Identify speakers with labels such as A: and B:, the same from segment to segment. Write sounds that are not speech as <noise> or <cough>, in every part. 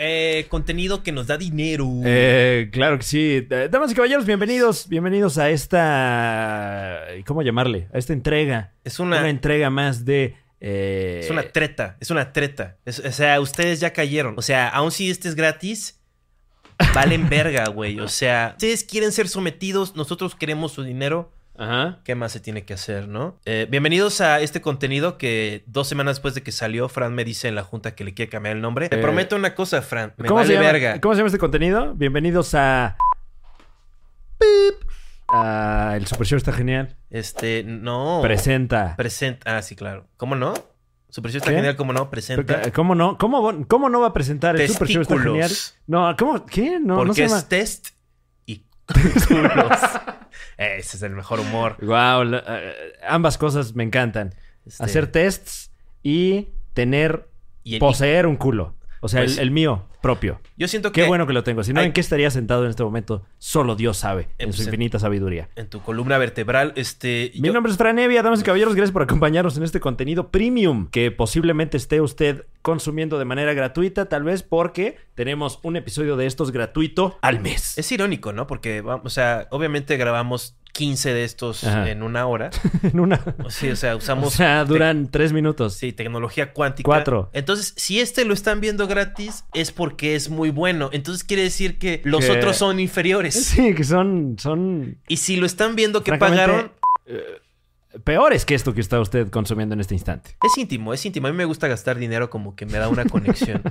A: Eh, contenido que nos da dinero.
B: Eh, claro que sí. Eh, Damas y caballeros, bienvenidos. Bienvenidos a esta. ¿Cómo llamarle? A esta entrega.
A: Es una-
B: entrega más de. eh,
A: es una treta, es una treta. Es- o sea, ustedes ya cayeron. O sea, aun si este es gratis,
B: <laughs>
A: valen verga, güey. O sea, ustedes quieren ser sometidos, nosotros queremos su dinero.
B: Ajá.
A: ¿Qué más se tiene que hacer, no? Eh, bienvenidos a este contenido que dos semanas después de que salió, Fran me dice en la junta que le quiere cambiar el nombre. Te
B: Eh,
A: prometo una cosa, Fran. Me
B: ¿Cómo,
A: vale
B: se llama,
A: verga.
B: ¿Cómo se llama este contenido? Bienvenidos a. Pip. Ah, el Super Show está genial.
A: Este, no.
B: Presenta.
A: Presenta. Ah, sí, claro. ¿Cómo no? Su precio está
B: ¿Qué?
A: genial, ¿cómo no? Presenta.
B: Ah, ¿Cómo no? ¿Cómo, ¿Cómo no va a presentar el Super Show eh, está genial?
A: Testículos.
B: No, ¿cómo? ¿Qué? No, no
A: porque
B: se llama.
A: es test y <laughs> culos. Ese es el mejor humor.
B: Wow, eh, ambas cosas me encantan.
A: Este,
B: Hacer tests y tener,
A: y- y-
B: poseer un culo. O sea, el-
A: Pues-
B: el, mío propio.
A: yo siento que
B: Qué bueno que lo tengo. Si no,
A: Ay.
B: ¿en qué estaría sentado en este momento? Solo Dios sabe, en su
A: pues, en-
B: infinita sabiduría.
A: en tu columna vertebral, este.
B: Mi
A: yo-
B: nombre es Fran Evia, damas y caballeros, gracias por acompañarnos en este contenido premium que posiblemente esté usted consumiendo de manera gratuita, tal vez porque tenemos un episodio de estos gratuito al mes.
A: Es irónico, ¿no? Porque, va- o sea, obviamente grabamos 15 de estos
B: Ajá.
A: en una
B: <laughs>
A: hora.
B: <laughs> en una...
A: O sea, o sea,
B: O
A: usamos
B: sea, duran tres minutos.
A: sí, tecnología cuántica.
B: Cuatro.
A: Entonces, si este lo están viendo gratis, es porque es muy bueno. Entonces quiere decir que los
B: Que-
A: otros son inferiores.
B: Sí, que son, son
A: Y si lo están viendo que
B: Francamente, eh,
A: pagaron,
B: peores que esto que está usted consumiendo en este instante.
A: Es íntimo, es íntimo. A mí me gusta gastar dinero como que me da una
B: <laughs>
A: conexión.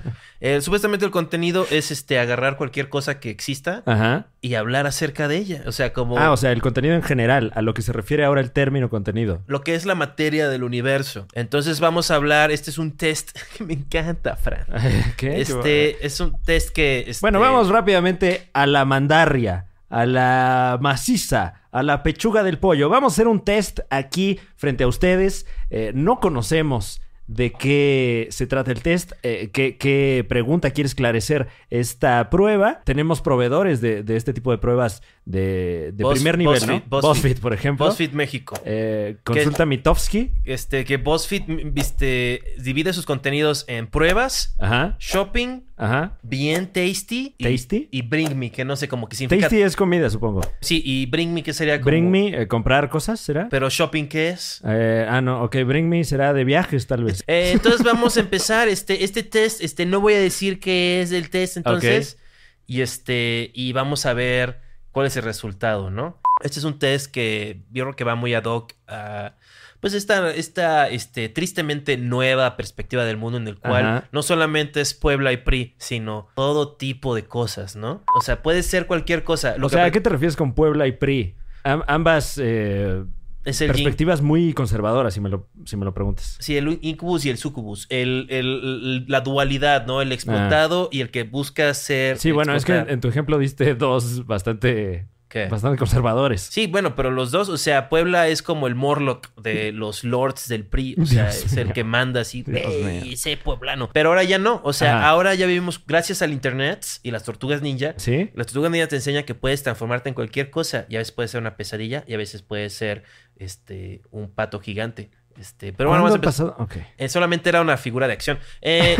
A: Eh, supuestamente el contenido es este agarrar cualquier cosa que exista
B: Ajá.
A: y hablar acerca de ella. O sea, como
B: Ah, o sea, el contenido en general, a lo que se refiere ahora el
A: <laughs>
B: término contenido.
A: lo que es la materia del universo. Entonces vamos a hablar. Este es un test <laughs> que me encanta, Fran.
B: Ah, ¿Qué?
A: Este es un test que. este,
B: Bueno, vamos rápidamente a la mandarria, a la maciza, a la pechuga del pollo. Vamos a hacer un test aquí frente a ustedes. Eh, no conocemos de qué se trata el test, eh, qué, qué pregunta quiere esclarecer esta prueba. Tenemos proveedores de, de este tipo de pruebas de, de
A: Buzz-
B: primer nivel,
A: BuzzFeed,
B: ¿no?
A: BuzzFeed.
B: por ejemplo.
A: BuzzFeed México.
B: Eh, consulta Mitofsky.
A: Este, que BuzzFeed, mm, viste, divide sus contenidos en pruebas,
B: Ajá,
A: shopping,
B: ajá.
A: bien tasty. y-
B: ¿Tasty?
A: Y bring me, que no sé, como que significa
B: Tasty es comida, supongo.
A: Sí, y Bring Me, que sería como...
B: Bring me, eh, comprar cosas, ¿será?
A: Pero Shopping, ¿qué es?
B: Eh, ah, no, ok, bring me será de viajes, tal vez.
A: Eh, entonces
B: <laughs>
A: vamos a empezar este, este test. Este, no voy a decir qué es el test, entonces. Y este, y vamos a ver cuál es el resultado, ¿no? Este es un test que yo creo que va muy ad hoc a, pues, esta, esta este, tristemente nueva perspectiva del mundo en el cual
B: Ajá.
A: no solamente es Puebla y PRI, sino todo tipo de cosas, ¿no? O sea, puede ser cualquier cosa. Lo
B: o sea, ¿a
A: que
B: qué te refieres con Puebla y PRI? Am- ambas eh,
A: es el yin-
B: perspectivas muy conservadoras, si me lo, si me lo preguntas.
A: Sí, el incubus y el sucubus. El, el- la dualidad, ¿no? El explotado y el que busca ser.
B: Ah. Sí, bueno, es que
A: explotar.
B: en tu ejemplo diste dos bastante,
A: ¿Qué?
B: bastante conservadores.
A: Sí, bueno, pero los dos, o sea, Puebla es como el Morlock
B: <laughs>
A: de los lords del PRI, o sea,
B: Dios
A: es el
B: mío.
A: que manda así,
B: Dios
A: "Ey,
B: mío".
A: sé pueblano. Pero ahora ya no, o sea,
B: Ajá.
A: ahora ya vivimos, gracias al internet y las tortugas ninja,
B: ¿Sí?
A: la tortuga ninja te enseña que puedes transformarte en cualquier cosa. Y a veces puede ser una pesadilla y a veces puede ser este un pato gigante. Este, pero bueno, vamos
B: ¿Cuándo
A: a
B: ha
A: empezar.
B: pasado? Ok.
A: Eh, solamente era una figura de acción.
B: <laughs>
A: Eh,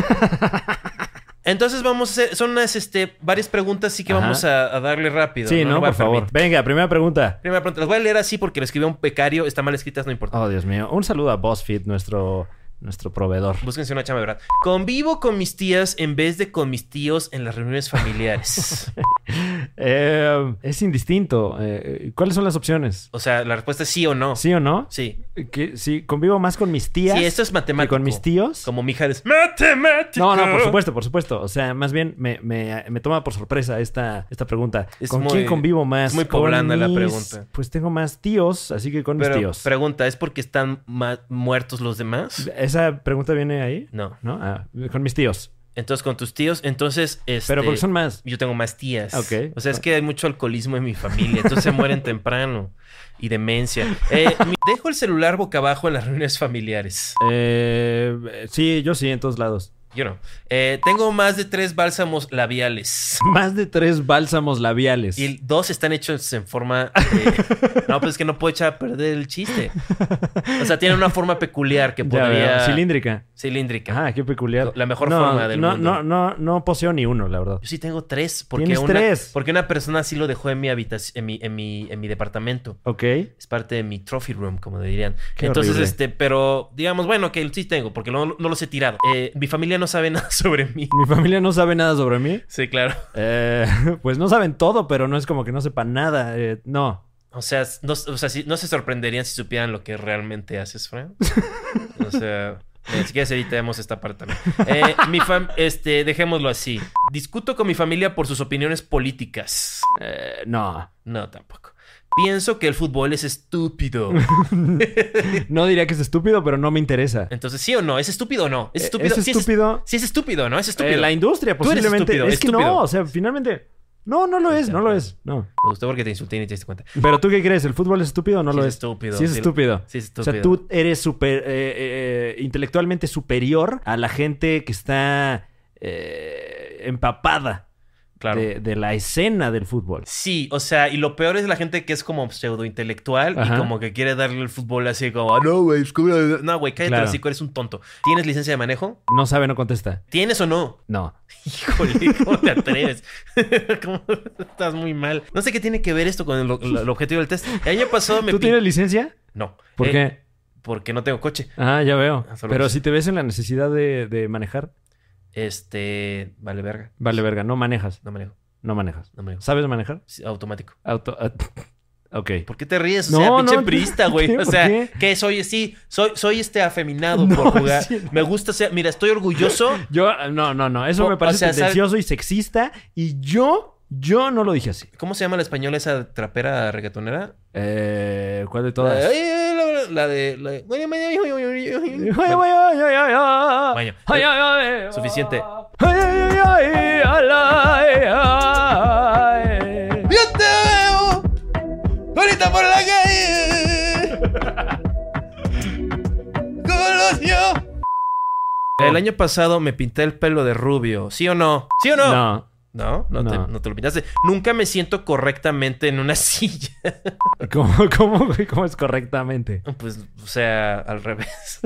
A: entonces vamos a hacer, son unas este, varias preguntas, así que
B: Ajá.
A: vamos a, a darle rápido.
B: Sí,
A: No,
B: no,
A: No va
B: por
A: a
B: favor.
A: permitir.
B: Venga, primera pregunta.
A: Primera pregunta, las voy a leer así porque lo escribió un becario, están mal escritas, no importa.
B: Oh, Dios mío. Un saludo a BuzzFeed, nuestro, nuestro proveedor.
A: Búsquense una chama, de ¿verdad? Convivo con mis tías en vez de con mis tíos en las reuniones
B: <laughs>
A: familiares.
B: <laughs> Eh, es indistinto. Eh, ¿Cuáles son las opciones?
A: o sea, la respuesta es sí o no.
B: ¿Sí o no?
A: Sí.
B: ¿Que, sí, convivo más con mis tías
A: Sí, esto es
B: que
A: matemático.
B: con mis tíos.
A: Como mi hija es matemático.
B: No, no, por supuesto, por supuesto. O sea, más bien me, me- me toma por sorpresa esta, esta pregunta.
A: Es
B: ¿Con
A: muy-
B: quién convivo más?
A: es muy
B: Con
A: poblana la
B: mis-
A: pregunta.
B: Pues tengo más tíos, así que con mis
A: Pero,
B: tíos.
A: pregunta, ¿es porque están ma- muertos los demás?
B: ¿Esa pregunta viene ahí?
A: No.
B: ¿No? Ah, con mis tíos.
A: Entonces, con tus tíos, entonces, este...
B: Pero porque son más.
A: Yo tengo más tías.
B: Ok. Ah.
A: O sea, es que hay mucho alcoholismo en mi familia. Entonces se
B: <laughs>
A: mueren temprano. Y demencia. Eh, mi- dejo el celular boca abajo en las reuniones familiares.
B: Eh, sí, yo sí, en todos lados. <laughs>
A: you know. Eh, tengo más de tres bálsamos labiales.
B: Más de tres bálsamos labiales.
A: Y dos están hechos en forma.
B: <laughs>
A: de- No, pues es que no puedo echar a perder el chiste. O sea, tiene una forma peculiar que
B: <laughs> Ya
A: podría.
B: veo, Cilíndrica.
A: cilíndrica.
B: Ah, qué peculiar.
A: La mejor
B: No,
A: forma del
B: no,
A: mundo.
B: No, no, no poseo ni uno, la verdad.
A: Yo sí tengo tres. Porque
B: Tienes
A: una,
B: tres.
A: Porque una persona sí lo dejó en mi habitación, en mi, en mi, en mi departamento.
B: Ok.
A: Es parte de mi trophy room, como dirían.
B: Qué
A: Entonces,
B: horrible.
A: este, pero digamos, bueno, que sí tengo, porque no, no los he tirado. Eh, mi familia no sabe <laughs> nada sobre mí.
B: Mi familia no sabe nada sobre mí.
A: Sí, claro.
B: Eh, <laughs> pues no saben todo, pero no es como que no sepan nada. Eh, no.
A: O sea, no, o sea, sí- no se sorprenderían si supieran lo que realmente haces, Fran.
B: <laughs>
A: O sea, eh, si quieres editemos esta parte también. Eh, mi fam- este, dejémoslo así. Discuto con mi familia por sus opiniones políticas.
B: Eh, no.
A: No, tampoco. Pienso que el fútbol es
B: <laughs>
A: estúpido.
B: No diría que es estúpido, pero no me interesa.
A: Entonces, ¿sí o no? ¿Es estúpido o no? ¿Es
B: Eh,
A: estúpido?
B: Es
A: Sí, es-
B: estúpido.
A: Sí, es estúpido, ¿no? Es
B: Eh,
A: estúpido.
B: la industria
A: Tú eres
B: posiblemente.
A: estúpido,
B: es que
A: estúpido.
B: no, o sea, finalmente. No, no lo es, no lo es. No.
A: Me gustó porque te insulté y ni te diste cuenta.
B: Pero tú qué crees, ¿el fútbol es estúpido o no
A: Sí
B: lo
A: es
B: es?
A: estúpido,
B: Sí es
A: sí.
B: estúpido.
A: Sí, es
B: O
A: estúpido.
B: sea, tú eres super, eh, eh, intelectualmente superior a la gente que está eh, empapada
A: Claro.
B: de, de la escena del fútbol.
A: Sí, o sea, y lo peor es la gente que es como pseudointelectual y
B: Ajá.
A: como que quiere darle el fútbol así como, "Ah, no, güey, es que- no, güey, cállate,
B: Claro.
A: el hocico, eres un tonto. ¿Tienes licencia de manejo?
B: No sabe, no contesta.
A: ¿Tienes o no? <laughs>
B: No.
A: Híjole, ¿cómo te atreves? <laughs> ¿Cómo estás muy mal? No sé qué tiene que ver esto con el, lo- el objetivo del test. El año pasado me
B: ¿Tú
A: pi-
B: tienes licencia?
A: No.
B: ¿Por
A: Eh,
B: qué?
A: Porque no tengo coche.
B: Ah, ya veo.
A: Ah, solo
B: Pero
A: eso.
B: si te ves en la necesidad de, de manejar,
A: Este, vale verga.
B: vale verga, no manejas,
A: No manejo,
B: no manejas.
A: no manejo.
B: ¿Sabes manejar?
A: Sí, Automático.
B: Auto.
A: <laughs>
B: ah, ok.
A: ¿Por qué te ríes? O
B: No,
A: sea,
B: no,
A: pinche
B: no.
A: priista, <laughs> güey.
B: ¿Qué?
A: O
B: ¿Por
A: sea,
B: qué?
A: que soy sí, soy, soy este afeminado <laughs>
B: No,
A: por jugar.
B: sí, no.
A: Me gusta ser, mira, estoy orgulloso.
B: Yo, ah, no, no, no. Eso
A: O-
B: me
A: o
B: parece
A: sea, ¿sabes?
B: tendencioso y sexista. Y yo, yo no lo dije así.
A: ¿Cómo se llama la española esa trapera reggaetonera?
B: Eh, ¿Cuál de todas?
A: Ay, ay, la, la- la de. la de- Bueno, Bueno, eh, suficiente.
B: Suficiente.
A: Yo te veo ahorita por la calle. Como yo. El año pasado me pinté el pelo de rubio, ¿sí o no? ¿Sí o no?
B: No.
A: No, no, Te,
B: No.
A: no te lo pintaste. Nunca me siento correctamente en una <laughs> silla.
B: ¿Cómo, cómo, güey? ¿Cómo es correctamente?
A: Pues, o sea, al revés.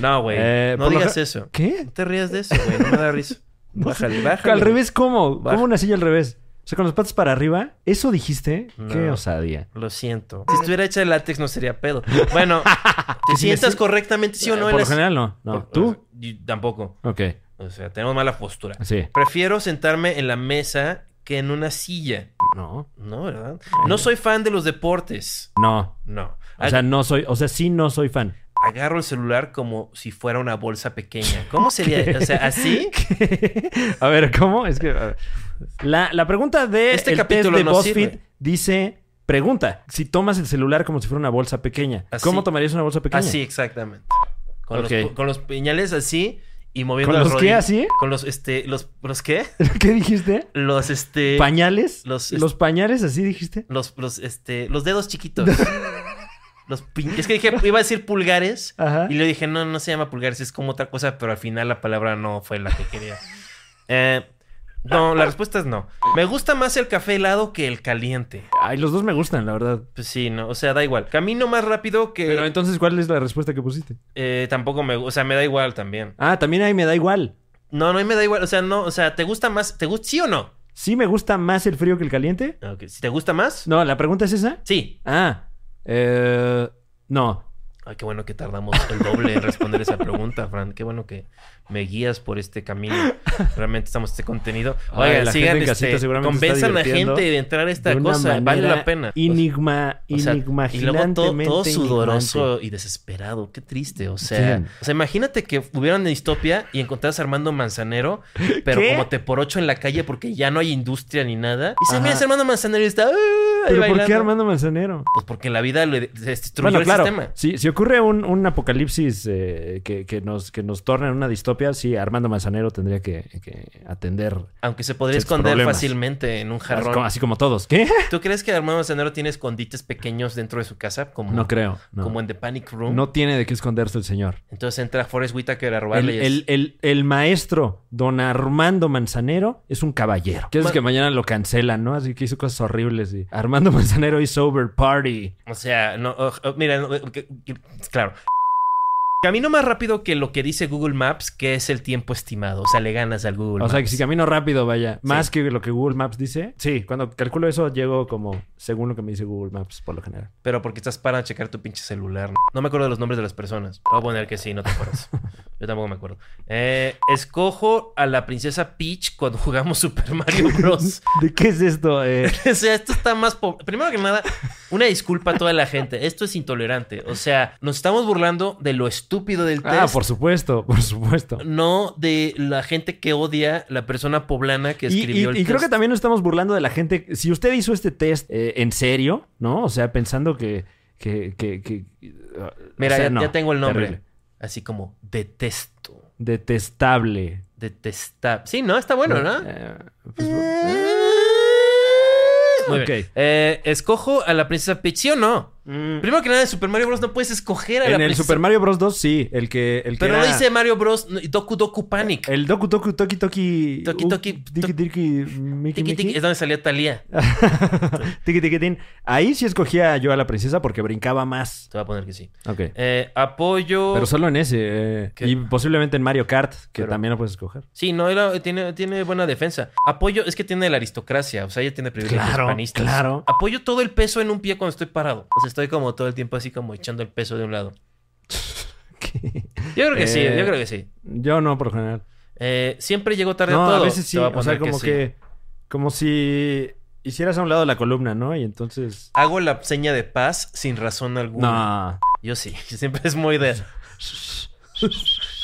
A: No, güey.
B: Eh,
A: no
B: por lo
A: digas
B: gen-
A: eso.
B: ¿Qué?
A: No te rías de eso, güey. No me da risa.
B: <laughs> No sé.
A: Bájale, bájale.
B: ¿Al revés cómo?
A: Baja.
B: ¿Cómo una silla al revés? O sea, con los patas para arriba. ¿Eso dijiste? Qué
A: No.
B: osadía.
A: Lo siento. Si estuviera hecha de látex, no sería pedo.
B: <laughs>
A: Bueno, ¿te
B: Si me
A: sientas
B: si-
A: correctamente, sí o no? en
B: Eh, Por lo
A: las-
B: general no. No.
A: Por-
B: ¿Tú?
A: Yo tampoco.
B: Ok.
A: O sea, tenemos mala postura.
B: Sí.
A: Prefiero sentarme en la mesa que en una silla.
B: No.
A: No, ¿verdad? No soy fan de los deportes.
B: No.
A: No.
B: O sea, no soy... O sea, sí no soy fan.
A: agarro el celular como si fuera una bolsa pequeña.
B: <laughs>
A: ¿Cómo sería? O sea, ¿así?
B: a ver, ¿cómo? Es que. a ver. La, la pregunta de
A: Este
B: el
A: capítulo
B: test de
A: no
B: BuzzFeed
A: sirve.
B: dice: Pregunta, si tomas el celular como si fuera una bolsa pequeña,
A: Así.
B: ¿cómo tomarías una bolsa <laughs> pequeña?
A: Así, exactamente. Con, los,
B: Ok.
A: con los piñales así y moviendo
B: ¿Con
A: las
B: los qué,
A: rodillas.
B: así? <laughs>
A: Con los, este, los, ¿los qué?
B: ¿Qué dijiste?
A: Los, este...
B: ¿Pañales?
A: los- este,
B: Los, pañales, así dijiste.
A: Los, los, este, los dedos
B: <laughs>
A: chiquitos. los pi- Es que dije, iba a decir pulgares.
B: Ajá.
A: Y le dije, no, no se llama pulgares, es como otra cosa, pero al final la palabra no fue la que quería. Eh, no, la respuesta es no. Me gusta más el café helado que el caliente.
B: Ay, los dos me gustan, la verdad.
A: Pues sí, no, o sea, da igual. Camino más rápido que...
B: Pero entonces, ¿cuál es la respuesta que pusiste?
A: Eh, tampoco me... O sea, me da igual también.
B: Ah, también ahí me da igual.
A: No, no, y me da igual. O sea, no, o sea, ¿te gusta más? ¿Te gusta? ¿Sí o no? Ah,
B: ¿Sí me gusta más el frío que el caliente?
A: Ok, ¿Si te gusta más?
B: No, la pregunta es esa.
A: Sí.
B: Ah, eh, no.
A: Ay, qué bueno que tardamos el doble en responder esa pregunta, Fran. Qué bueno que me guías por este camino. Realmente estamos este contenido.
B: Ay,
A: Oigan,
B: la
A: sigan,
B: gente en
A: este,
B: casita seguramente está
A: convenzan a
B: divirtiendo
A: gente de entrar a esta
B: de una
A: cosa. Vale
B: manera
A: la pena.
B: Enigma,
A: O sea,
B: enigma,
A: y luego todo, todo sudoroso y desesperado. Qué triste. O sea,
B: ¿Quién?
A: o sea, imagínate que hubieran distopia y encontraras a Armando
B: <laughs>
A: Manzanero, pero
B: ¿Qué?
A: como te por ocho en la calle porque ya no hay industria ni nada. Y se
B: Ajá.
A: mira ese Armando Manzanero y está "Ah", ahí
B: ¿Pero por qué
A: bailando.
B: Armando Manzanero?
A: Pues porque la vida le se destruyó
B: Bueno,
A: el
B: claro.
A: sistema.
B: Si, si ocurre un, un apocalipsis eh, que, que nos, que nos torna en una distopia, sí, Armando Manzanero tendría que, que atender.
A: Aunque se podría
B: Ciertos
A: esconder
B: problemas.
A: fácilmente en un
B: Así como,
A: jarrón.
B: así como todos. ¿Qué?
A: ¿Tú crees que Armando Manzanero tiene escondites pequeños dentro de su casa? Como,
B: No creo. No.
A: como en The Panic Room.
B: no tiene de qué esconderse el señor.
A: Entonces entra Forrest Whitaker a
B: El,
A: robarle. y es-
B: el- el- el maestro don Armando Manzanero es un caballero. Que es
A: Ma-
B: que mañana lo cancelan, ¿no? Así que hizo cosas horribles. y Armando <laughs> Manzanero hizo over party.
A: O sea, no, oh, oh, mira, no, eh, que- que- claro. Camino más rápido que lo que dice Google Maps, que es el tiempo estimado. O sea, le ganas al Google
B: o sea, que
A: Maps.
B: si camino rápido, vaya. Más que lo que Google Maps dice. Sí, cuando calculo eso, llego como según lo que me dice Google Maps, por lo general.
A: Pero porque estás para checar tu pinche celular. ¿no? No me acuerdo de los nombres de las personas. Voy a poner que sí, no te
B: <laughs>
A: acuerdas. Yo tampoco me acuerdo. Eh, escojo a la princesa Peach cuando jugamos Super
B: <laughs>
A: Mario Bros.
B: ¿De qué es esto? Eh,
A: O sea, esto está más... po- Primero que nada, una disculpa a toda la gente. Esto es intolerante. O sea, nos estamos burlando de lo estúpido del test.
B: ah, por supuesto, por supuesto.
A: No de la gente que odia la persona poblana que
B: Y,
A: escribió el
B: y- y creo que
A: test.
B: también nos estamos burlando de la gente. Si usted hizo este test eh, en serio, ¿no? O sea, pensando que... que, que, que- uh,
A: Mira,
B: o sea,
A: ya,
B: no,
A: ya tengo el nombre.
B: terrible.
A: Así como detesto.
B: Detestable.
A: Detestable. Sí, ¿no? Está bueno, ¿no?
B: Eh, pues, eh,
A: Muy bien.
B: Ok.
A: Eh, escojo a la princesa Peach, ¿sí o no? Primero que nada, en Super Mario Bros. no puedes escoger a la
B: en el
A: princesa
B: Super Mario Bros 2 sí, el que el que
A: Pero no
B: era
A: dice Mario Bros. no, Doku Doku Panic.
B: el Doku Doku Toki Toki
A: Toki
B: uh,
A: Toki,
B: Tiki Tiki Miki
A: Tiki, tiki,
B: Miki
A: es donde salía Talía.
B: <laughs> Tiki Tiki Tin. Ahí sí escogía yo a la princesa porque brincaba más.
A: Te voy a poner que sí.
B: Ok.
A: Eh, apoyo.
B: Pero solo en ese eh,
A: ¿Qué?
B: y posiblemente en Mario Kart que
A: Pero-
B: también lo puedes escoger. <laughs>
A: Sí, no, era- tiene, tiene buena defensa. Apoyo, es que tiene la aristocracia, o sea, ella tiene privilegios
B: Claro,
A: panistas.
B: claro.
A: Apoyo todo el peso en un pie cuando estoy parado. O sea, estoy como todo el tiempo así como echando el peso de un lado. Yo creo que sí,
B: Eh,
A: yo creo que sí.
B: Yo no por lo general.
A: Eh, siempre llego tarde a
B: no,
A: todo.
B: a veces sí,
A: Te voy a
B: o sea,
A: poner
B: como
A: sí.
B: que, como si hicieras a un lado la columna, ¿no? Y entonces
A: Hago la seña de paz sin razón alguna.
B: no.
A: Yo sí, <laughs> siempre es muy de...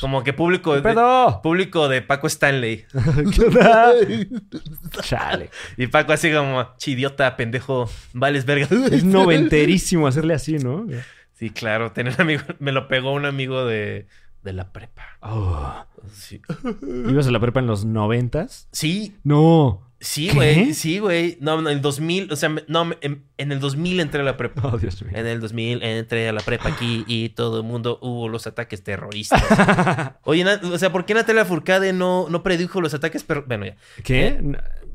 A: Como que público... de- <laughs>
B: ¡Pedo!
A: Público de Paco Stanley.
B: Chale.
A: Y Paco así como, chidiota, pendejo, vales verga.
B: Es noventerísimo hacerle así, ¿no?
A: <laughs> Sí, claro, tener amigo, me lo pegó un amigo de, de la prepa.
B: Oh.
A: Sí,
B: ¿Ibas a la prepa en los noventas?
A: sí,
B: No.
A: sí,
B: ¿Qué?
A: güey, sí, güey. No, no, en el 2000, o sea, me- no, me- en, en el 2000 entré a la prepa.
B: Oh, Dios mío.
A: En el 2000 entré a la prepa aquí y todo el mundo hubo los ataques
B: <laughs>
A: terroristas. Oye, na- o sea, ¿por qué Natalia Furcade no, no predijo los ataques? Pero bueno, ya.
B: ¿Qué?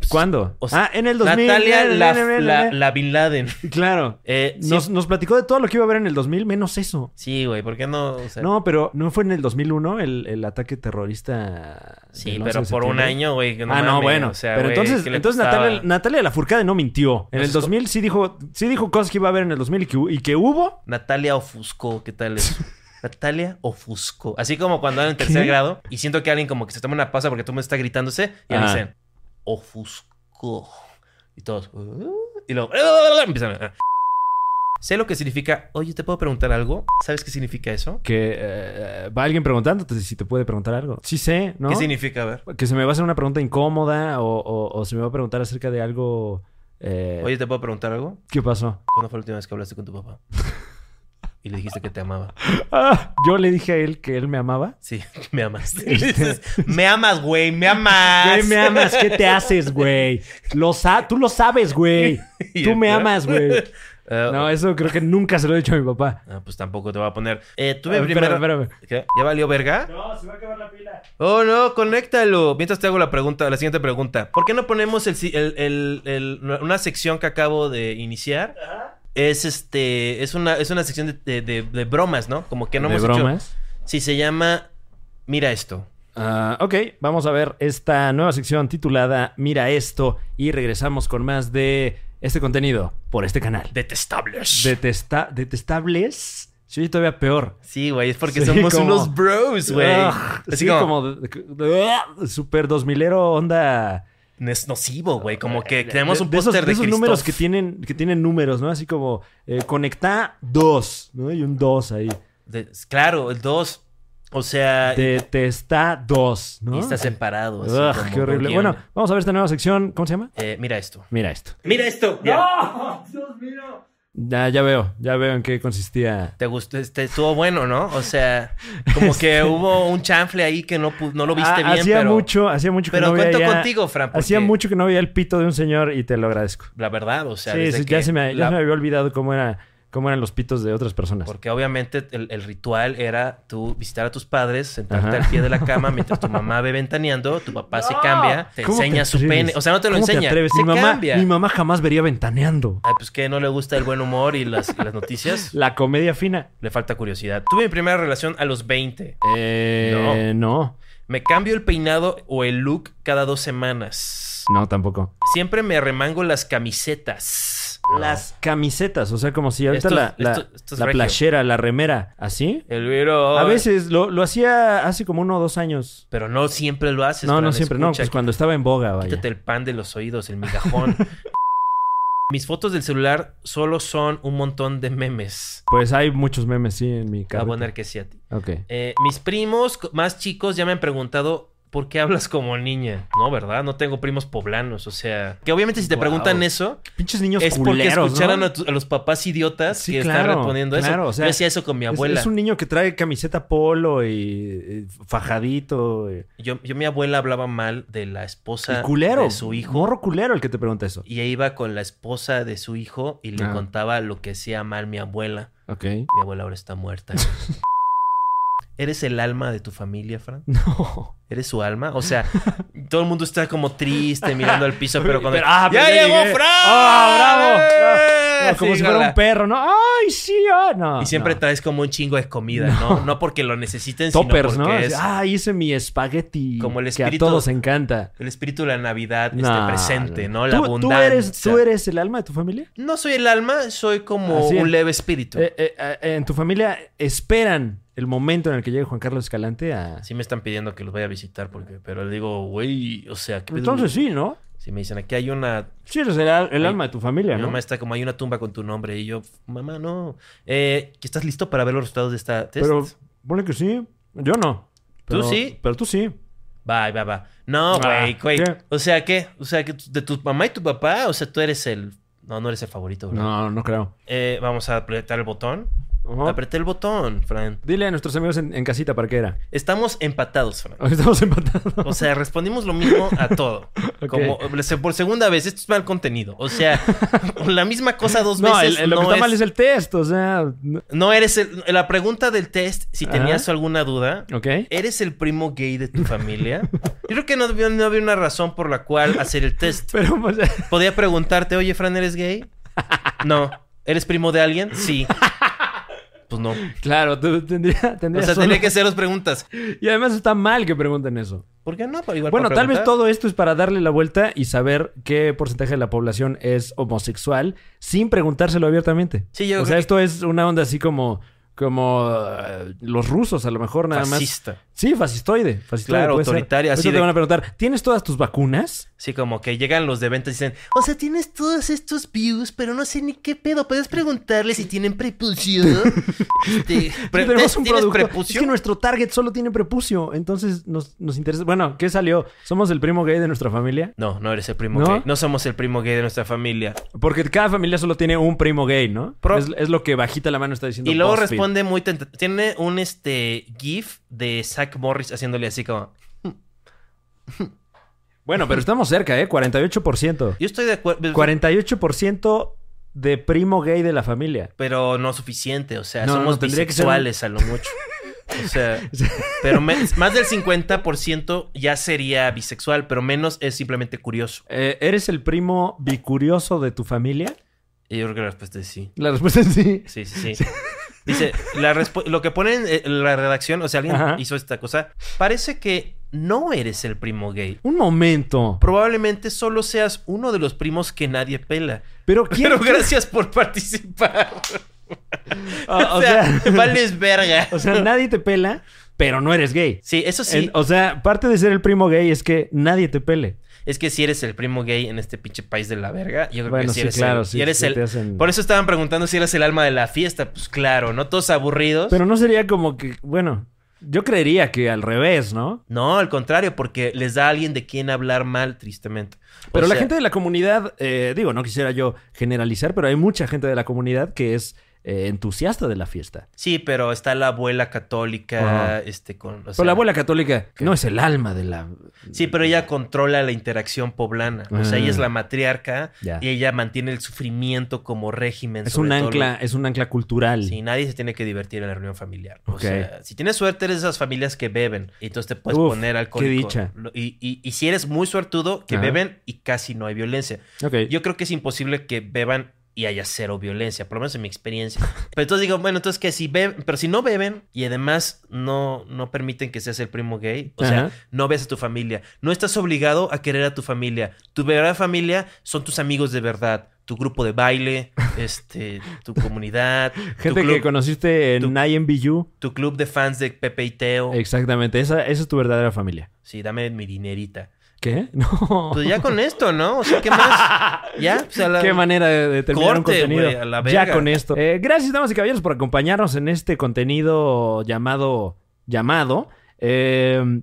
B: ¿Cuándo?
A: eh, O sea,
B: ah, en el 2000.
A: Natalia la,
B: Na, na, na,
A: la-
B: na.
A: la Bin Laden.
B: Claro.
A: Eh, sí-
B: Nos, nos platicó de todo lo que iba a haber en el 2000, menos eso.
A: sí, güey, ¿por qué no? O sea,
B: No, pero ¿no fue en el 2001 el, el ataque terrorista?
A: sí,
B: del 11 de
A: pero por un
B: septiembre?
A: año, güey. que
B: ah, no,
A: mames,
B: bueno.
A: o sea,
B: pero
A: güey,
B: entonces,
A: ¿qué le
B: entonces
A: pasaba?
B: Natalia, Natalia Lafourcade no mintió. En el
A: Entonces,
B: 2000 sí dijo, sí dijo cosas que iba a haber en el 2000 y que, hu- y que hubo.
A: Natalia ofuscó, ¿qué tal
B: <laughs>
A: eso? Natalia ofuscó. Así como cuando van en tercer
B: ¿Qué?
A: grado y siento que alguien como que se toma una pausa porque todo el mundo está gritándose y le
B: Ajá.
A: dicen ofuscó. Y todos "¿Uh?" y luego <laughs> empiezan a- "Ah". Sé lo que significa, oye, ¿te puedo preguntar algo? ¿Sabes qué significa eso?
B: Que eh, va alguien preguntándote si te puede preguntar algo. Sí sé, ¿no?
A: ¿Qué significa? A ver.
B: que se me va a hacer una pregunta incómoda o, o- o se me va a preguntar acerca de algo... eh,
A: Oye, ¿te puedo preguntar algo?
B: ¿Qué pasó?
A: ¿Cuándo fue la última vez que hablaste con tu
B: <laughs>
A: papá? Y le dijiste que te amaba.
B: Ah, yo le dije a él que él me amaba.
A: Sí, <laughs> me amas. Y le dices, me amas, güey, me amas.
B: Güey, me amas, ¿qué te haces, güey? Lo sa- tú lo sabes, <laughs> güey.
A: <laughs> Y
B: Tú me
A: el- <laughs>
B: amas, <laughs> güey.
A: Eh,
B: No, eso creo que nunca se lo he dicho a mi papá.
A: Ah, pues tampoco te voy a poner. Eh, tuve primero.
B: Espera, espérame.
A: ¿Qué? ¿Ya valió verga?
B: No, se va a acabar la pila.
A: Oh, no, conéctalo. Mientras te hago la pregunta, la siguiente pregunta. ¿Por qué no ponemos el, si- el- el- el- una sección que acabo de iniciar? Es este. Es una, es una sección de, de- de- de bromas, ¿no? Como que no
B: ¿De
A: hemos hecho.
B: bromas?
A: Sí, se llama. Mira esto.
B: Ah, ok, vamos a ver esta nueva sección titulada Mira esto y regresamos con más de este contenido por este canal.
A: Detestables.
B: Detesta detestables. Sí, todavía peor.
A: Sí, güey, es porque
B: Sí,
A: somos
B: como-
A: unos bros, güey.
B: Ugh,
A: Así
B: sí,
A: como,
B: como, de- de- super dos milero onda.
A: no Es nocivo, güey. Como que
B: De-
A: tenemos un
B: de esos-
A: póster de,
B: de esos números que
A: Christoph.
B: tienen, que tienen números, ¿no? Así como eh, conecta dos, ¿no? Y un dos ahí.
A: De- claro, el 2. O sea,
B: Te, te está dos, ¿no?
A: y está separado. así
B: Ugh,
A: como
B: qué horrible.
A: con
B: Bueno,
A: guiones.
B: vamos a ver esta nueva sección. ¿Cómo se llama?
A: Eh, mira esto.
B: Mira esto.
A: Mira esto. Mira.
B: Ya, ya veo, ya veo en qué consistía.
A: Te gustó, este, estuvo bueno, ¿no? O sea, como
B: <laughs>
A: que hubo un chanfle ahí que no, pu- no lo viste
B: Ah,
A: bien,
B: hacía
A: pero,
B: mucho, hacía mucho que
A: pero
B: no
A: cuento
B: veía.
A: contigo, Fran. porque
B: Hacía mucho que no veía el pito de un señor y te lo agradezco.
A: La verdad, o sea,
B: Sí,
A: desde
B: sí, ya
A: que
B: se me, ya
A: la-
B: se me había olvidado cómo era, cómo eran los pitos de otras personas.
A: Porque obviamente el, el ritual era tú visitar a tus padres, sentarte
B: Ajá.
A: al pie de la cama mientras tu mamá ve ventaneando, tu papá se
B: ¡No!
A: cambia, te
B: ¿Cómo
A: enseña su
B: atreves?
A: pene. O sea, no te lo
B: ¿Cómo
A: enseña,
B: atreves?
A: se
B: mi, mamá,
A: cambia.
B: mi mamá jamás vería ventaneando.
A: Ay, pues que no le gusta el buen humor y las, y las noticias.
B: La comedia fina.
A: Le falta curiosidad. Tuve mi primera relación a los 20.
B: Eh, no.
A: Me cambio el peinado o el look cada dos semanas.
B: no, tampoco.
A: Siempre me remango las camisetas.
B: Las camisetas, o sea, como si ahorita
A: Esto es-
B: la, la,
A: esto- esto es
B: la
A: regio.
B: playera, la remera, ¿así?
A: El güero.
B: A veces lo, lo hacía hace como uno o dos años.
A: Pero no siempre lo haces.
B: No, no
A: Fran,
B: siempre, no,
A: escucha,
B: pues cuando estaba en boga, vaya.
A: Quítate el pan de los oídos, el
B: <laughs>
A: migajón. Mis fotos del celular solo son un montón de memes.
B: Pues hay muchos memes, sí, en mi
A: Te Voy a
B: cabeza.
A: poner que sí a ti.
B: Ok.
A: Eh, mis primos co- más chicos ya me han preguntado por qué hablas como niña. No, ¿verdad? No tengo primos poblanos. O sea, que obviamente si te
B: Wow.
A: preguntan eso,
B: Pinches niños
A: es porque
B: culeros,
A: escucharon
B: ¿no?
A: a, tu- a los papás idiotas
B: Sí,
A: que
B: claro,
A: están respondiendo eso.
B: claro, o sea,
A: Yo hacía eso con mi
B: Es-
A: abuela.
B: Es, un niño que trae camiseta polo y, y fajadito. Y,
A: yo, yo, mi abuela hablaba mal de la esposa
B: y culero.
A: de su hijo.
B: Morro culero el que te pregunta eso.
A: Y ella iba con la esposa de su hijo y le
B: Ah.
A: contaba lo que hacía mal mi abuela.
B: Ok.
A: Mi abuela ahora está muerta. ¿Eres el alma de tu familia, Fran?
B: <laughs> No.
A: ¿Eres su alma? O sea, todo el mundo está como triste mirando al piso,
B: <laughs>
A: pero cuando...
B: Pero, ah, pero
A: ¡Ya,
B: ya
A: llegó
B: llegué!
A: Fran!
B: ¡Ah, bravo!
A: ¡Eh!
B: No,
A: <laughs>
B: como
A: Sí,
B: si fuera
A: la-
B: un perro, ¿no? ¡Ay, sí! ah, no,
A: Y siempre
B: no.
A: traes como un chingo de comida, ¿no? No, porque lo necesiten,
B: Toppers,
A: sino
B: ¿no?
A: porque
B: Así,
A: es
B: Ah, hice mi espagueti.
A: Como el
B: Que a
A: espíritu-
B: todos encanta.
A: el espíritu de la Navidad
B: No,
A: esté presente, ¿no? La
B: ¿Tú,
A: abundancia.
B: ¿tú, eres, ¿Tú eres el alma de tu familia?
A: No soy el alma, soy como
B: Así es.
A: un leve espíritu.
B: Eh, eh, eh, en tu familia esperan el momento en el que llegue Juan Carlos Escalante a.
A: Sí me están pidiendo que los vaya a visitar, porque, pero le digo, güey, o sea, ¿qué pedo?
B: Entonces sí, ¿no?
A: Si me dicen, aquí hay una.
B: Sí, eres el, al- el
A: Ay,
B: alma de tu familia,
A: Mi
B: ¿no?
A: mamá está como, hay una tumba con tu nombre. Y yo, mamá, no. Eh, ¿que ¿Estás listo para ver los resultados de esta test?
B: Pero pone que sí. Yo no. Pero-
A: sí?
B: Pero tú sí.
A: Va, va, va. No,
B: Ah,
A: güey, güey.
B: ¿qué?
A: O sea, ¿qué? O sea, que tu- de tu mamá y tu papá, o sea, tú eres el. No, no eres el favorito, bro.
B: No, no creo.
A: Eh, vamos a apretar el botón.
B: Ajá.
A: Apreté el botón, Fran.
B: Dile a nuestros amigos en, en casita para
A: <laughs>
B: qué era.
A: Estamos empatados, Fran.
B: Estamos empatados.
A: O sea, respondimos lo mismo a todo.
B: <laughs> Ok.
A: Como eh, por segunda vez, esto es mal contenido. O
B: <laughs>
A: sea, la misma cosa dos
B: No,
A: veces.
B: el- el- lo
A: no
B: que está
A: es-
B: mal es el test, o sea. no-
A: No eres el- la pregunta del test, si
B: Ajá.
A: tenías alguna duda.
B: Ok.
A: ¿Eres el primo gay de tu
B: <laughs>
A: familia? Yo creo que no, había- no había una razón por la cual hacer el test.
B: Pero, pues, <laughs>
A: Podía preguntarte, oye, Fran, ¿eres gay? No. ¿Eres primo de alguien?
B: <laughs>
A: Sí. Pues no. O
B: claro, tú tendría, tendría
A: sea,
B: solo-
A: tenía que ser dos preguntas.
B: Y además está mal que pregunten eso.
A: ¿Por qué no? Para- igual
B: Bueno,
A: para
B: tal vez
A: preguntar.
B: todo esto es para darle la vuelta y saber qué porcentaje de la población es homosexual sin preguntárselo abiertamente.
A: Sí, yo
B: o
A: creo
B: sea,
A: que-
B: esto es una onda así como, como eh, los rusos, a lo mejor nada más.
A: Fascista.
B: Sí, fascistoide. fascistoide
A: Claro,
B: puede ser.
A: autoritaria, así
B: Ahorita
A: de-
B: te van a preguntar, ¿tienes todas tus vacunas?
A: Sí, como que llegan los de ventas y dicen, o sea, tienes todos estos views, pero no sé ni qué pedo. ¿Puedes preguntarle si tienen
B: <laughs>
A: prepucio? Este, pre-
B: Sí, tenemos un
A: <laughs> ¿Tienes
B: producto.
A: prepucio?
B: Es que nuestro target solo tiene prepucio, entonces nos, nos interesa. Bueno, ¿qué salió? ¿Somos el primo gay de nuestra familia?
A: No, no eres el primo
B: ¿No?
A: gay. No somos el primo gay de nuestra familia.
B: Porque cada familia solo tiene un primo gay, ¿no?
A: Pro-
B: Es, es lo que bajita la mano está diciendo.
A: Y luego
B: BuzzFeed.
A: responde muy tenta- Tiene un este GIF de Zach Morris haciéndole así como.
B: Bueno, pero estamos cerca, ¿eh?
A: <laughs>
B: 48%.
A: Yo estoy de acuerdo.
B: 48% de primo gay de la familia.
A: Pero no suficiente. O sea,
B: No, no,
A: somos
B: no, tendría que ser
A: bisexuales a lo mucho. O sea,
B: <laughs>
A: pero me- más del 50% ya sería bisexual, pero menos es simplemente curioso.
B: Eh, ¿Eres el primo bicurioso de tu familia?
A: Y yo creo que la respuesta es sí.
B: La respuesta es sí.
A: Sí, sí, sí. Dice, la respu- lo que ponen eh, en la redacción, o sea, alguien
B: Ajá.
A: hizo esta cosa. Parece que no eres el primo gay.
B: Un momento.
A: Probablemente solo seas uno de los primos que nadie pela.
B: Pero
A: <laughs>
B: quiero.
A: Pero gracias por participar.
B: Ah, o,
A: <laughs> o
B: o
A: sea,
B: sea,
A: vales verga.
B: <laughs> o sea, nadie te pela, pero no eres gay.
A: sí, eso sí.
B: En- o sea, parte de ser el primo gay es que nadie te pele.
A: es que si eres el primo gay en este pinche país de la verga, yo creo
B: Bueno,
A: que si
B: sí,
A: eres
B: claro,
A: el,
B: sí,
A: y eres
B: sí
A: el-
B: te hacen-
A: Por eso estaban preguntando si eres el alma de la fiesta. Pues claro, ¿no? Todos aburridos.
B: Pero no sería como que, bueno, Yo creería que al revés, ¿no?
A: No, al contrario, porque les da a alguien de quien hablar mal, tristemente. O
B: Pero la
A: sea,
B: gente de la comunidad, eh, digo, no quisiera yo generalizar, pero hay mucha gente de la comunidad que es eh, entusiasta de la fiesta.
A: Sí, pero está la abuela católica,
B: Ajá.
A: este, con... o
B: pero
A: sea,
B: la abuela católica no es el alma de la...
A: Sí, pero ella controla la interacción poblana. O sea,
B: Ah.
A: ella es la matriarca
B: Ya.
A: y ella mantiene el sufrimiento como régimen.
B: Es
A: sobre
B: un
A: todo
B: ancla, es un ancla cultural.
A: lo- Sí, nadie se tiene que divertir en la reunión familiar. O
B: Ok.
A: sea, si tienes suerte, eres de esas familias que beben. Y entonces te puedes
B: Uf,
A: poner
B: qué
A: alcohólico.
B: dicha.
A: Lo- Y, y- y si eres muy suertudo, que
B: Ajá.
A: beben y casi no hay violencia.
B: Ok.
A: Yo creo que es imposible que beban y haya cero violencia, por lo menos en mi
B: <laughs>
A: experiencia. Pero entonces digo, bueno, entonces que si beben, pero si no beben y además no, no permiten que seas el primo gay, o sea,
B: Ajá.
A: no ves a tu familia, no estás obligado a querer a tu familia. Tu verdadera familia son tus amigos de verdad, tu grupo de
B: <laughs>
A: baile, este, tu comunidad,
B: Gente
A: tu,
B: que
A: club,
B: conociste en
A: tu-
B: IMBU.
A: tu club de fans de Pepe y Teo.
B: Exactamente, esa, esa es tu verdadera familia.
A: Sí, dame mi dinerita.
B: ¿Qué? <laughs> No.
A: Pues ya
B: <laughs>
A: con esto, ¿no? O sea, ¿qué más? Ya, o sea, la-
B: Qué manera de, de terminar un
A: Corte,
B: contenido.
A: güey, a la
B: ya
A: verga.
B: con esto. Eh, gracias, damas y caballeros, por acompañarnos en este contenido llamado. llamado. Eh,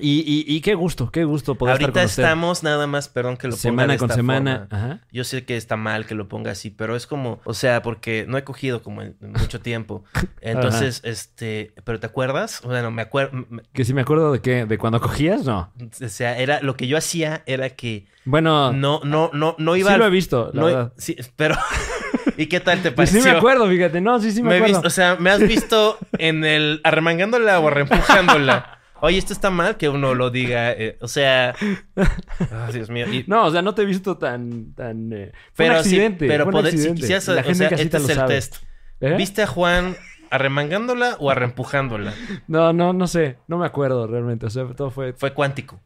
B: y, y- y qué gusto, qué gusto poder
A: Ahorita
B: estar con
A: estamos nada más, perdón que lo
B: usted.
A: ponga
B: Semana
A: de
B: con
A: esta
B: semana.
A: forma.
B: Ajá.
A: Yo sé que está mal que lo ponga así, pero es como, o sea, porque no he cogido como en en mucho
B: <laughs>
A: tiempo. Entonces, este, pero ¿te acuerdas? Bueno, me acuerdo,
B: Que si me acuerdo de que, de cuando cogías, no.
A: O sea, era lo que yo hacía era que
B: Bueno,
A: no, no, no, no iba.
B: Ah. sí
A: al-
B: lo he visto, la
A: no-
B: verdad.
A: sí, pero. <laughs> ¿Y qué tal te
B: Pues
A: pareció?
B: sí me acuerdo, fíjate. No, sí, sí me,
A: Me he
B: acuerdo.
A: visto- o sea, me has visto en el arremangándola o
B: <laughs>
A: arrempujándola. Oye, esto está mal que uno lo diga. eh, o sea, ah, Dios mío. y-
B: No, o sea, no te he visto tan... tan eh, fue un
A: pero sí,
B: accidente.
A: pero
B: fue un
A: poder- si
B: accidente.
A: quisieras,
B: La
A: o
B: gente
A: sea,
B: en
A: este
B: casita
A: es
B: lo
A: el
B: sabe.
A: test.
B: ¿Eh?
A: ¿Viste a Juan arremangándola o
B: <laughs>
A: arrempujándola?
B: No, no, no sé. No me acuerdo realmente. O sea, todo fue...
A: Fue cuántico.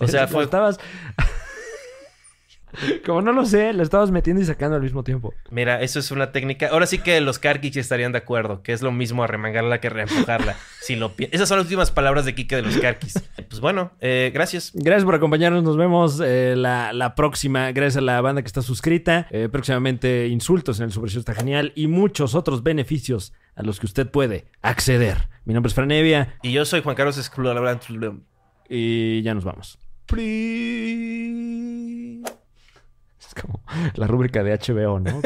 A: O sea,
B: <laughs> Lo
A: fue. <laughs>
B: estabas... Como no lo sé, lo estabas metiendo y sacando al mismo tiempo.
A: Mira, eso es una técnica. Ahora sí que los Karkich estarían de acuerdo, que es lo mismo arremangarla que reempujarla. <laughs> si lo pi- Esas son las últimas palabras de Kike de los Karkis. Pues bueno, eh, gracias.
B: Gracias por acompañarnos. Nos vemos eh, la, la próxima. Gracias a la banda que está suscrita. Eh, próximamente insultos en el Super Show está genial y muchos otros beneficios a los que usted puede acceder. Mi nombre es Franevia
A: Y yo soy Juan Carlos Esclulabrantulum.
B: y ya nos vamos.
A: <laughs>
B: <laughs> Es como la rúbrica de HBO, ¿no?